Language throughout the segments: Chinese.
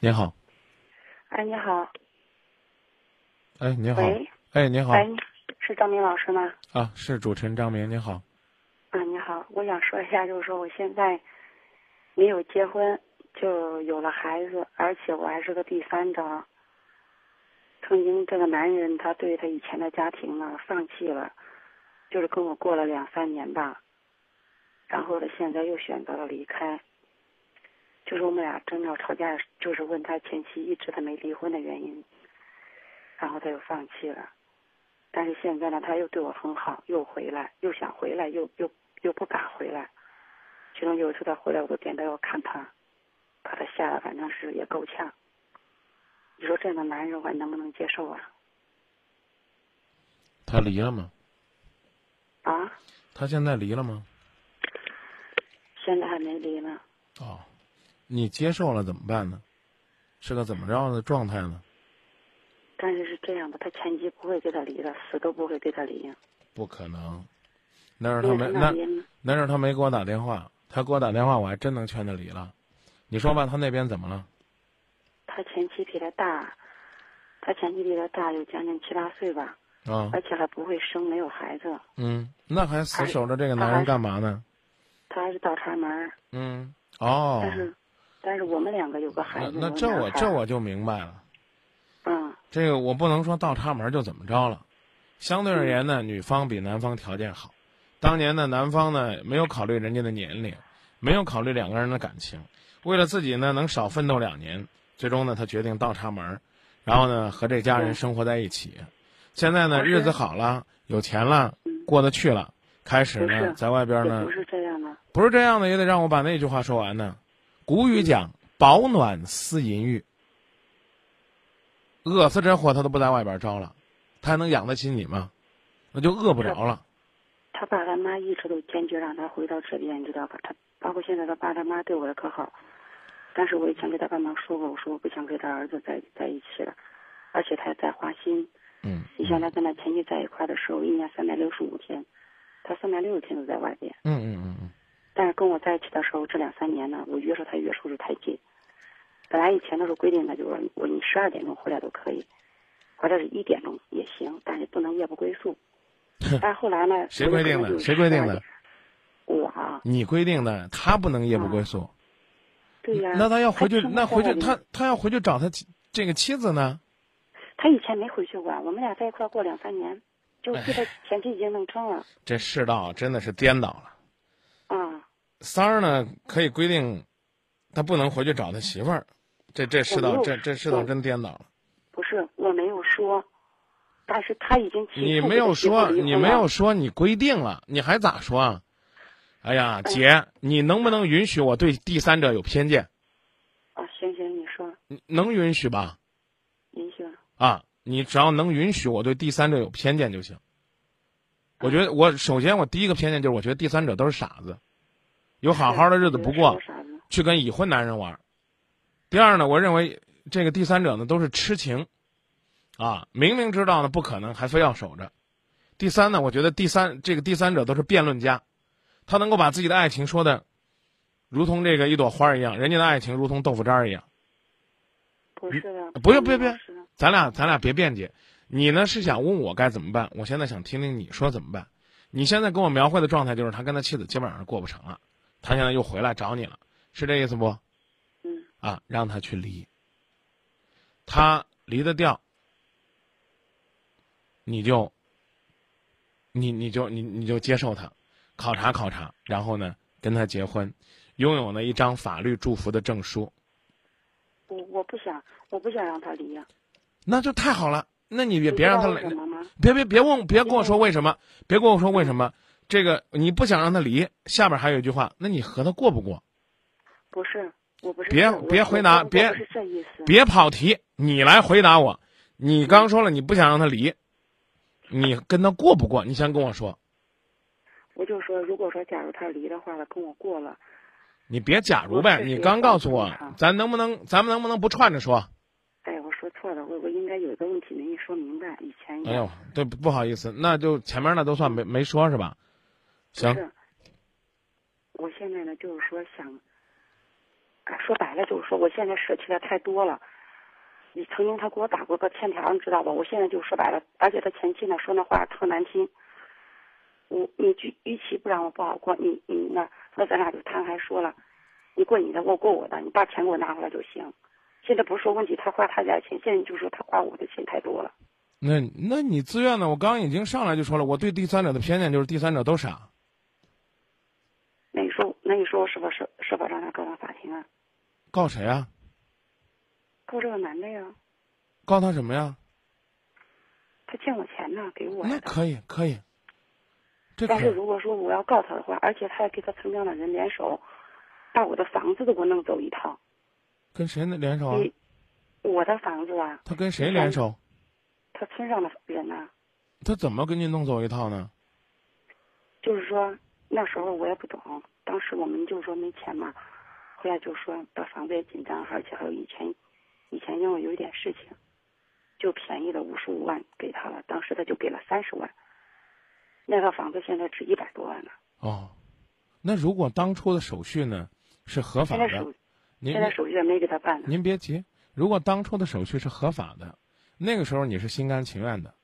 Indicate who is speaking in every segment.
Speaker 1: 您好，
Speaker 2: 哎，你好，
Speaker 1: 哎，您好，
Speaker 2: 喂，
Speaker 1: 哎，您好，
Speaker 2: 喂，是张明老师吗？
Speaker 1: 啊，是主持人张明，您好，
Speaker 2: 啊，你好，我想说一下，就是说我现在没有结婚，就有了孩子，而且我还是个第三者。曾经这个男人他对他以前的家庭呢放弃了，就是跟我过了两三年吧，然后呢现在又选择了离开。就是我们俩争吵吵架，就是问他前妻一直他没离婚的原因，然后他又放弃了。但是现在呢，他又对我很好，又回来，又想回来，又又又不敢回来。其中有一次他回来，我都点到要看他，把他吓得反正是也够呛。你说这样的男人我还能不能接受啊？
Speaker 1: 他离了吗？
Speaker 2: 啊，
Speaker 1: 他现在离了吗？
Speaker 2: 现在还没离呢，
Speaker 1: 哦，你接受了怎么办呢？是个怎么着的状态呢？
Speaker 2: 但是是这样的，他前妻不会跟他离的，死都不会跟他离。
Speaker 1: 不可能，那是
Speaker 2: 你
Speaker 1: 他
Speaker 2: 也
Speaker 1: 没
Speaker 2: 知道
Speaker 1: 那
Speaker 2: 原因，
Speaker 1: 那是他没给我打电话，他给我打电话，我还真能劝他离了。你说吧，他那边怎么了？啊
Speaker 2: 他前妻比他大，他前妻比他大有将近七八岁吧，
Speaker 1: 啊，
Speaker 2: 而且还不会生，没有孩子，
Speaker 1: 嗯，那还死守着这个男人干嘛呢？
Speaker 2: 他还是倒插门儿。
Speaker 1: 嗯，哦，
Speaker 2: 但是，但是我们两个有个孩
Speaker 1: 那
Speaker 2: 子，
Speaker 1: 那
Speaker 2: 有个
Speaker 1: 这
Speaker 2: 男
Speaker 1: 我
Speaker 2: 孩
Speaker 1: 这
Speaker 2: 儿，
Speaker 1: 我就明白了。
Speaker 2: 嗯
Speaker 1: 这个我不能说倒插门就怎么着了，相对而言呢，女方比男方条件好。当年呢，男方呢没有考虑人家的年龄，没有考虑两个人的感情，为了自己呢能少奋斗两年，最终呢他决定倒插门，然后呢和这家人生活在一起。现在呢
Speaker 2: 哦不是
Speaker 1: 日子好了，有钱了，
Speaker 2: 嗯，
Speaker 1: 过得去了，开始
Speaker 2: 不
Speaker 1: 呢
Speaker 2: 是
Speaker 1: 在外边
Speaker 2: 也
Speaker 1: 呢
Speaker 2: 不是这样的，
Speaker 1: 不是这样的，也得让我把那句话说完呢。古语讲“保暖思淫欲”，饿死这货他都不在外边招了，他还能养得起你吗？那就饿不着了。
Speaker 2: 他爸他妈一直都坚决让他回到这边，你知道吧？他包括现在他爸他妈对我也可好，但是我以前给他爸妈说过，我说我不想跟他儿子在在一起了，而且他也在花心。
Speaker 1: 嗯，
Speaker 2: 以前他跟他前妻在一块儿的时候，一年三百六十五天，他三百六十天都在外边。
Speaker 1: 嗯嗯嗯嗯，
Speaker 2: 但是跟我在一起的时候，这两三年呢，我约束他约束的太紧。本来以前的时候规定的就是我你十二点钟回来都可以，或者是一点钟也行，但是不能夜不归宿。但是后来呢？
Speaker 1: 谁规定的？谁规定的？？
Speaker 2: 我啊，
Speaker 1: 你规定的，他不能夜不归宿。
Speaker 2: 对呀、
Speaker 1: 嗯那他要回去
Speaker 2: 他，
Speaker 1: 那回去
Speaker 2: 天天在外
Speaker 1: 他
Speaker 2: 面
Speaker 1: 他要回去找他妻这个妻子呢？
Speaker 2: 他以前没回去过，啊我们俩在一块儿过两三年，就对
Speaker 1: 哎
Speaker 2: 他前妻已经弄成了
Speaker 1: 这世道真的是颠倒了。
Speaker 2: 啊。
Speaker 1: 三儿呢可以规定，他不能回去找他媳妇儿，这这世道
Speaker 2: 我没有
Speaker 1: 这这世道
Speaker 2: 我
Speaker 1: 真颠倒了。
Speaker 2: 不是，我没有说，但是他已经起
Speaker 1: 你
Speaker 2: 诉
Speaker 1: 没
Speaker 2: 这个
Speaker 1: 有
Speaker 2: 媳妇
Speaker 1: 说，
Speaker 2: 离婚
Speaker 1: 你没有
Speaker 2: 了啊
Speaker 1: 说，你规定了，你还咋说啊？哎呀，姐，你能不能允许我对第三者有偏见？
Speaker 2: 啊？行行，你说，
Speaker 1: 你能允许吧？
Speaker 2: 您说。
Speaker 1: 啊，你只要能允许我对第三者有偏见就行。我觉得我首先我第一个偏见就是我觉得第三者都是傻子，有好好的日子不过，
Speaker 2: 是的是的
Speaker 1: 去跟已婚男人玩儿。第二呢，我认为这个第三者呢都是痴情，啊，明明知道呢不可能，还非要守着。第三呢，我觉得第三这个第三者都是辩论家，他能够把自己的爱情说的，如同这个一朵花儿一样，人家的爱情如同豆腐渣儿一样。
Speaker 2: 不是的，
Speaker 1: 嗯不用
Speaker 2: 不
Speaker 1: 不用不用咱俩咱俩别辩解，你呢是想问我该怎么办？我现在想听听你说怎么办。你现在给我描绘的状态就是他跟他妻子基本上是过不成了，他现在又回来找你了，是这意思不？
Speaker 2: 嗯，
Speaker 1: 啊，让他去离。他离得掉，你就，你你就你你就接受他，考察考察，然后呢跟他结婚，拥有了一张法律祝福的证书，
Speaker 2: 我我不想，我不想让他离呀、
Speaker 1: 那就太好了。那你也
Speaker 2: 你
Speaker 1: 别
Speaker 2: 知
Speaker 1: 让
Speaker 2: 道
Speaker 1: 他
Speaker 2: 为
Speaker 1: 来，
Speaker 2: 什么吗？
Speaker 1: 别别别问，别跟我说为什么，别跟我说为什么。这个你不想让他离，下边还有一句话，那你和他过不过？
Speaker 2: 不是，我不是
Speaker 1: 别
Speaker 2: 这我
Speaker 1: 别
Speaker 2: 我
Speaker 1: 回答
Speaker 2: 我
Speaker 1: 别
Speaker 2: 我不是这意思。
Speaker 1: 别跑题，你来回答我。你刚说了你不想让他离，你跟他过不过？你先跟我说，
Speaker 2: 我就说，如果说假如他离的话了，跟我过了，
Speaker 1: 你别假如呗。
Speaker 2: 我是
Speaker 1: 你
Speaker 2: 觉得
Speaker 1: 刚告诉我
Speaker 2: 正常，
Speaker 1: 咱能不能，咱们能不能不串着说？
Speaker 2: 哎，我说错了，我我应该有一个问题没你说明白。以前
Speaker 1: 哎呦，对，不好意思，那就前面那都算没没说是吧？
Speaker 2: 不
Speaker 1: 行，
Speaker 2: 是，我现在呢就是说想，哎说白了就是说，我现在舍弃的太多了。你曾经他给我打过个欠条，你知道吧？我现在就说白了，而且他前妻呢说那话特难听。我你与与其不让我不好过，你你那那咱俩就摊开说了，你过你的，我过我的，你把钱给我拿回来就行。现在不是说问题他花他家钱，现在就是说他花我的钱太多了。
Speaker 1: 那那你自愿的，我刚已经上来就说了，我对第三者的偏见就是第三者都傻。
Speaker 2: 那你说那你说我是否是是否让他告上法庭啊？
Speaker 1: 告谁啊？
Speaker 2: 告这个男的呀，
Speaker 1: 告他什么呀？
Speaker 2: 他欠我钱呢，给我
Speaker 1: 那
Speaker 2: 的。
Speaker 1: 可以，可以。这
Speaker 2: 但
Speaker 1: 可
Speaker 2: 是
Speaker 1: 以，
Speaker 2: 如果说我要告他的话，而且他还跟他村庄的人联手，把我的房子都给我弄走一趟。
Speaker 1: 跟谁联手啊？
Speaker 2: 你，我的房子啊，
Speaker 1: 他跟谁联手？
Speaker 2: 他村上的人呢、
Speaker 1: 他怎么给你弄走一套呢？
Speaker 2: 就是说那时候我也不懂，当时我们就说没钱嘛，后来就说把房子也紧张，而且还有以前，以前因为有一点事情，就便宜了五十五万给他了，当时他就给了三十万，那套房子现在值一百多万了，
Speaker 1: 哦，那如果当初的手续呢是合法
Speaker 2: 现在手
Speaker 1: 的，您
Speaker 2: 现在手续也没给他办呢，
Speaker 1: 您别急，如果当初的手续是合法的，那个时候你是心甘情愿的，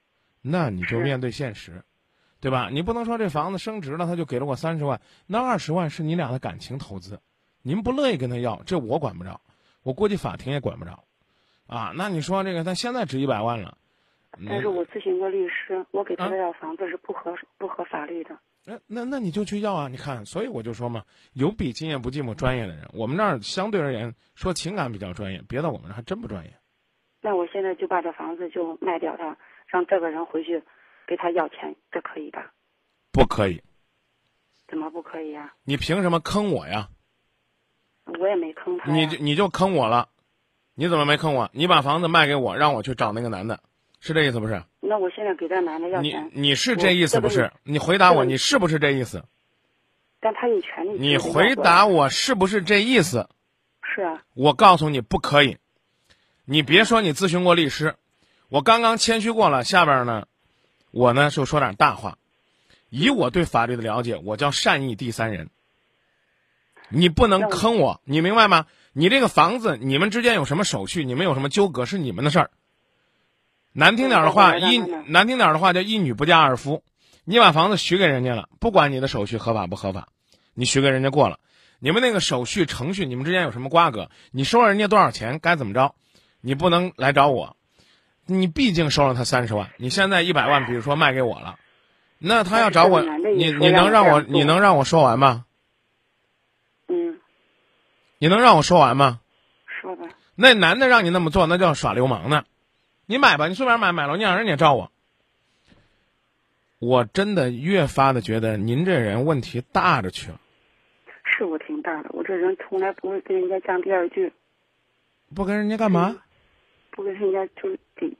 Speaker 1: 那你就是面对现实，对吧？你不能说这房子升值了，他就给了我三十万，那二十万是你俩的感情投资，您不乐意跟他要，这我管不着，我估计法庭也管不着，啊，那你说这个他现在值一百万了，
Speaker 2: 但是
Speaker 1: 嗯
Speaker 2: 我咨询过律师，我给他
Speaker 1: 啊
Speaker 2: 的要房子是不合不合法律的，
Speaker 1: 那哎那那你就去要啊！你看，所以我就说嘛，有比今夜不寂寞专业的人，我们这儿相对而言说情感比较专业，别的我们这儿还真不专业。
Speaker 2: 那我现在就把这房子就卖掉它，让这个人回去给他要钱，这可以吧？
Speaker 1: 不可以，
Speaker 2: 怎么不可以呀、
Speaker 1: 你凭什么坑我呀？
Speaker 2: 我也没坑他哎呀。
Speaker 1: 你就你就坑我了，你怎么没坑我？你把房子卖给我，让我去找那个男的，是这意思不是？
Speaker 2: 那我现在给这男的要
Speaker 1: 你
Speaker 2: 钱，
Speaker 1: 你是这意思不
Speaker 2: 我
Speaker 1: 是？你回答我，
Speaker 2: 对
Speaker 1: 你是不是这意思？
Speaker 2: 但他有权利。
Speaker 1: 你回答。我是不是这意思？
Speaker 2: 是啊，
Speaker 1: 我告诉你不可以，你别说你咨询过律师，我刚刚谦虚过了。下边呢，我呢就说点大话。以我对法律的了解，我叫善意第三人。你不能坑我，你明白吗？你这个房子，你们之间有什么手续，你们有什么纠葛，是你们的事儿。难听点儿的话，
Speaker 2: 嗯那我明白
Speaker 1: 一
Speaker 2: 了呢
Speaker 1: 难听点儿的话叫一女不嫁二夫。你把房子许给人家了，不管你的手续合法不合法，你许给人家过了。你们那个手续程序，你们之间有什么瓜葛？你收了人家多少钱，该怎么着？你不能来找我，你毕竟收了他三十万，你现在一百万，比如说卖给我了，那他要找我，
Speaker 2: 哎但是这个男的
Speaker 1: 你
Speaker 2: 也说
Speaker 1: 你能
Speaker 2: 让
Speaker 1: 让
Speaker 2: 我
Speaker 1: 我
Speaker 2: 这样做
Speaker 1: 你能让我说完吗？
Speaker 2: 嗯，
Speaker 1: 你能让我说完吗？
Speaker 2: 说吧，
Speaker 1: 那男的让你那么做，那叫耍流氓呢。你买吧，你随便买，买了你让人家照我。我真的越发的觉得您这人问题大着去了。
Speaker 2: 是我挺大的，我这人从来不会跟人家讲第二句，
Speaker 1: 不跟人家干嘛
Speaker 2: 嗯？不跟人家就是顶。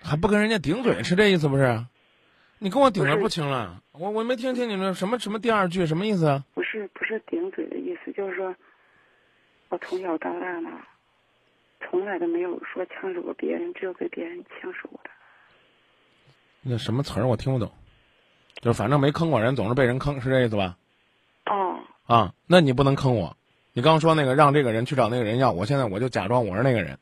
Speaker 1: 还不跟人家顶嘴，是这意思不是？你跟我顶的不清了，我我没听清你们什么什么第二句什么意思啊？
Speaker 2: 不是不是顶嘴的意思，就是说，我从小到大呢，从来都没有说强势过别人，只有给别人强势我的。
Speaker 1: 那什么词儿我听不懂，就是反正没坑过人，总是被人坑，是这意思吧？
Speaker 2: 哦，
Speaker 1: 啊，那你不能坑我。你刚说那个让这个人去找那个人要，我现在我就假装我是那个人。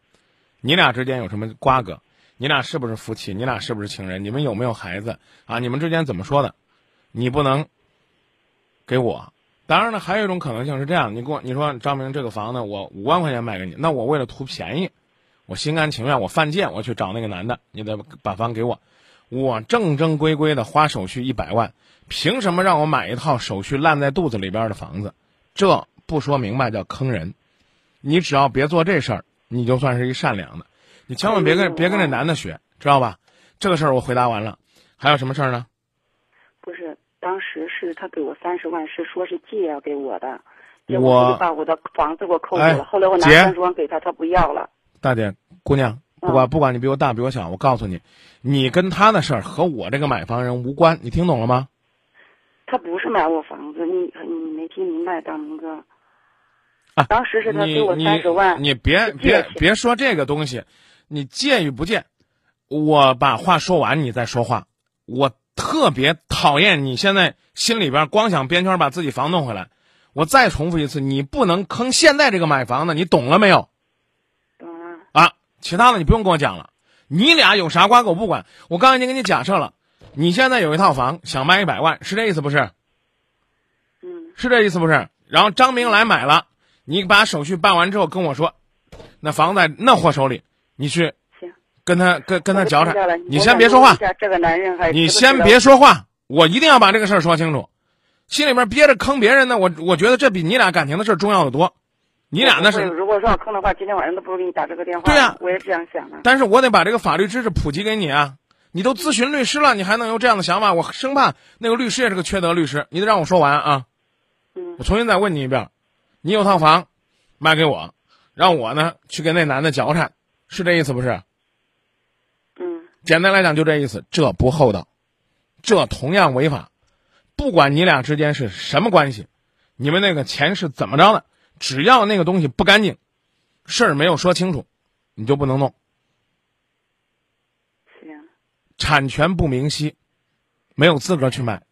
Speaker 1: 你俩之间有什么瓜葛？你俩是不是夫妻？你俩是不是情人？你们有没有孩子啊？你们之间怎么说的？你不能给我。当然了，还有一种可能性是这样：你给我，你说张明这个房子我五万块钱卖给你，那我为了图便宜，我心甘情愿，我犯贱，我去找那个男的，你得把房给我。我正正规规的花手续一百万，凭什么让我买一套手续烂在肚子里边的房子？这不说明白叫坑人。你只要别做这事儿，你就算是一善良的。你千万别
Speaker 2: 哎呦
Speaker 1: 跟别跟这男的学，知道吧？这个事儿我回答完了，还有什么事儿呢？
Speaker 2: 不是，当时是他给我三十万，是说是借啊要给我的，结
Speaker 1: 我
Speaker 2: 果他就把我的房子给我扣住了。
Speaker 1: 哎
Speaker 2: 后来我拿
Speaker 1: 姐
Speaker 2: 三十万给他，他不要了。
Speaker 1: 大姐，姑娘，不管不管你比我大比我小，我告诉你，你跟他的事儿和我这个买房人无关，你听懂了吗？
Speaker 2: 他不是买我房子，你你没听明白，大明哥。
Speaker 1: 啊
Speaker 2: 当时是他
Speaker 1: 你
Speaker 2: 给我三十万，
Speaker 1: 你你别
Speaker 2: 是借
Speaker 1: 别
Speaker 2: 钱
Speaker 1: 别说这个东西，你借与不借，我把话说完你再说话。我特别讨厌你现在心里边光想编圈把自己房弄回来，我再重复一次，你不能坑现在这个买房的，你懂了没有？
Speaker 2: 懂了，
Speaker 1: 啊，其他的你不用跟我讲了，你俩有啥瓜葛我不管。我刚才已经给你假设了，你现在有一套房想卖一百万，是这意思不是？
Speaker 2: 嗯，
Speaker 1: 是这意思不是？然后张明来买了，你把手续办完之后跟我说，那房在那货手里，你去
Speaker 2: 行，
Speaker 1: 跟他跟跟他
Speaker 2: 我
Speaker 1: 嚼
Speaker 2: 听到了
Speaker 1: 着，你
Speaker 2: 我
Speaker 1: 先
Speaker 2: 想
Speaker 1: 别说
Speaker 2: 问
Speaker 1: 话
Speaker 2: 一，下这个男人还
Speaker 1: 你
Speaker 2: 值不
Speaker 1: 先
Speaker 2: 值得
Speaker 1: 别说话，我一定要把这个事儿说清楚。心里面憋着坑别人呢，我我觉得这比你俩感情的事儿重要的多。你俩那
Speaker 2: 我
Speaker 1: 是，
Speaker 2: 如果说要坑的话，今天晚上都不如给你打这个电话。
Speaker 1: 对啊呀
Speaker 2: 我也这样想的。
Speaker 1: 但是我得把这个法律知识普及给你啊！你都咨询律师了，你还能有这样的想法？我生怕那个律师也是个缺德律师。你得让我说完啊！
Speaker 2: 嗯
Speaker 1: 我重新再问你一遍，你有套房，卖给我，让我呢去跟那男的矫缠，是这意思不是？
Speaker 2: 嗯，
Speaker 1: 简单来讲就这意思，这不厚道，这同样违法。不管你俩之间是什么关系，你们那个钱是怎么着的，只要那个东西不干净，事儿没有说清楚，你就不能弄。
Speaker 2: 行。
Speaker 1: 产权不明晰，没有资格去买。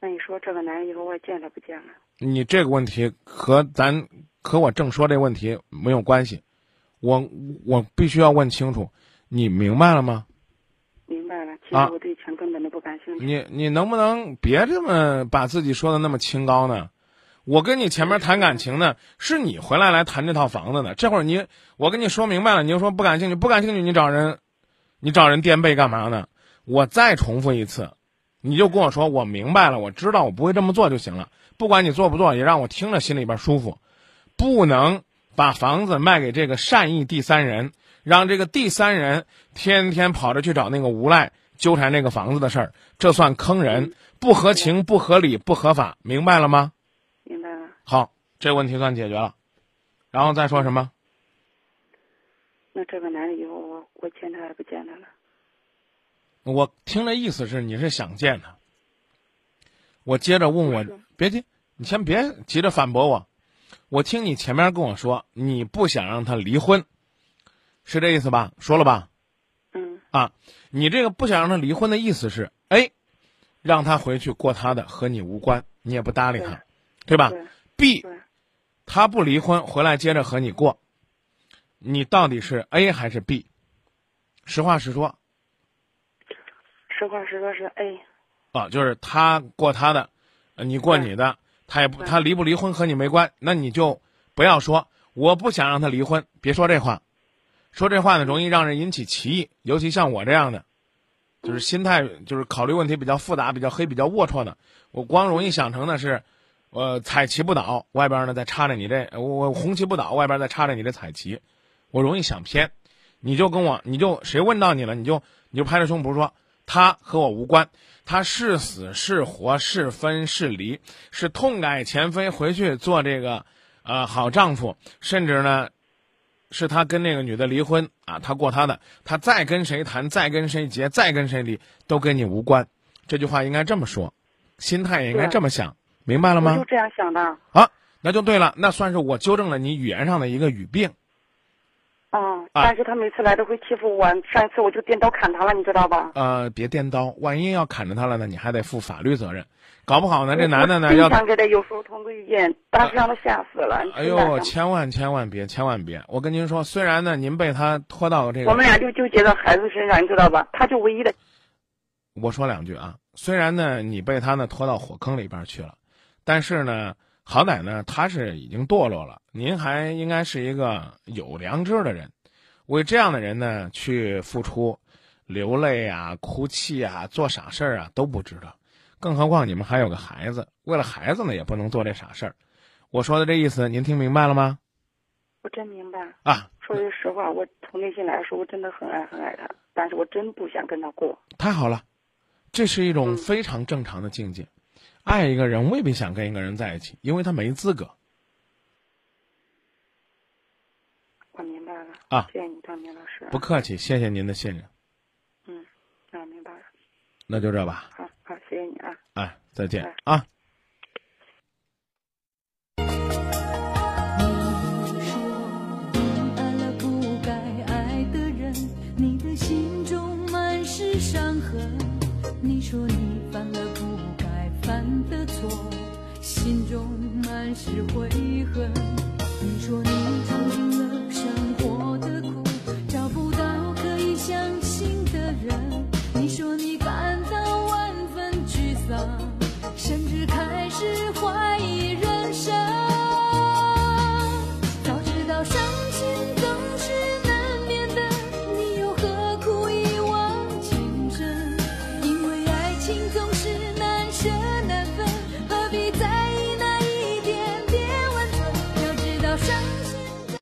Speaker 2: 那你说这个男人以后我见他不见了？
Speaker 1: 你这个问题和咱和我正说这问题没有关系，我我必须要问清楚，你明白了吗？
Speaker 2: 明白了，其实
Speaker 1: 啊
Speaker 2: 我对钱根本都不感兴趣。
Speaker 1: 你你能不能别这么把自己说的那么清高呢？我跟你前面谈感情呢，是你回来来谈这套房子的。这会儿你我跟你说明白了，你就说不感兴趣，不感兴趣，你找人，你找人垫背干嘛呢？我再重复一次，你就跟我说我明白了，我知道我不会这么做就行了。不管你做不做，也让我听着心里边舒服。不能把房子卖给这个善意第三人，让这个第三人天天跑着去找那个无赖纠缠这个房子的事儿，这算坑人，不合情、不合理、不合法，明白了吗？
Speaker 2: 明白了，
Speaker 1: 好，这问题算解决了。然后再说什么？
Speaker 2: 那这个男人以后我我见他也不见他了。
Speaker 1: 我听这意思是你是想见他。我接着问我
Speaker 2: 不是，
Speaker 1: 别急，你先别急着反驳我。我听你前面跟我说，你不想让他离婚，是这意思吧？说了吧？
Speaker 2: 嗯，
Speaker 1: 啊，你这个不想让他离婚的意思是，A，让他回去过他的，和你无关，你也不搭理他，对吧
Speaker 2: 对
Speaker 1: ？B，
Speaker 2: 对，
Speaker 1: 他不离婚，回来接着和你过，你到底是 A 还是 B？实话实说
Speaker 2: 实话实说是哎 A，
Speaker 1: 啊，就是他过他的，呃你过你的，他也不
Speaker 2: 对
Speaker 1: 他离不离婚和你没关，那你就不要说我不想让他离婚，别说这话，说这话呢容易让人引起歧义，尤其像我这样的。就是心态，就是考虑问题比较复杂、比较黑、比较龌龊的。我光容易想成的是，呃，彩旗不倒，外边呢再插着你这，呃我我红旗不倒，外边再插着你这彩旗，我容易想偏。你就跟我，你就谁问到你了，你就你就拍着胸脯说他和我无关，他是死是活是分是离，是痛改前非回去做这个呃好丈夫，甚至呢是他跟那个女的离婚啊，他过他的，他再跟谁谈，再跟谁结，再跟谁离，都跟你无关。这句话应该这么说，心态也应该这么想，明白了
Speaker 2: 啊我
Speaker 1: 吗
Speaker 2: 就？这样想的。
Speaker 1: 啊，那就对了，那算是我纠正了你语言上的一个语病。
Speaker 2: 啊，
Speaker 1: 啊
Speaker 2: 但是他每次来都会欺负我，上一次我就电刀砍他了，你知道吧？
Speaker 1: 呃，别颠刀，万一要砍着他了呢，你还得负法律责任。搞不好呢，这男的
Speaker 2: 我
Speaker 1: 呢
Speaker 2: 经
Speaker 1: 要
Speaker 2: 常给他有时候同归于尽，当时让他吓死了。你
Speaker 1: 哎
Speaker 2: 知道吗
Speaker 1: 呦，千万千万别，千万别！我跟您说，虽然呢，您被他拖到这个，
Speaker 2: 我们俩就纠结到孩子身上，你知道吧？他就唯一的
Speaker 1: 我说两句啊，虽然呢，你被他呢拖到火坑里边去了，但是呢，好歹呢，他是已经堕落了，您还应该是一个有良知的人，为这样的人呢去付出，流泪啊、哭泣啊、做傻事儿啊都不值得，更何况你们还有个孩子，为了孩子呢也不能做这傻事儿。我说的这意思，您听明白了吗？
Speaker 2: 我真明白。
Speaker 1: 啊，
Speaker 2: 说句实话，我从内心来说，我真的很爱很爱他，但是我真不想跟他过。
Speaker 1: 太好了，这是一种
Speaker 2: 嗯
Speaker 1: 非常正常的境界。爱一个人未必想跟一个人在一起，因为他没资格。
Speaker 2: 我明白了
Speaker 1: 啊
Speaker 2: 谢谢你，张明老师。啊
Speaker 1: 不客气，谢谢您的信任，
Speaker 2: 嗯，那我明白了。
Speaker 1: 那就这吧，
Speaker 2: 好好，谢谢你啊。
Speaker 1: 哎，再见啊。
Speaker 3: 你说你爱了不该爱的人，你的心中满是伤痕。你说你犯了不该犯的错，心中满满是悔恨。你说你尝尽了生活的苦，找不到可以相信的人。你说你感到万分沮丧，甚至开始怀疑人生。早知道生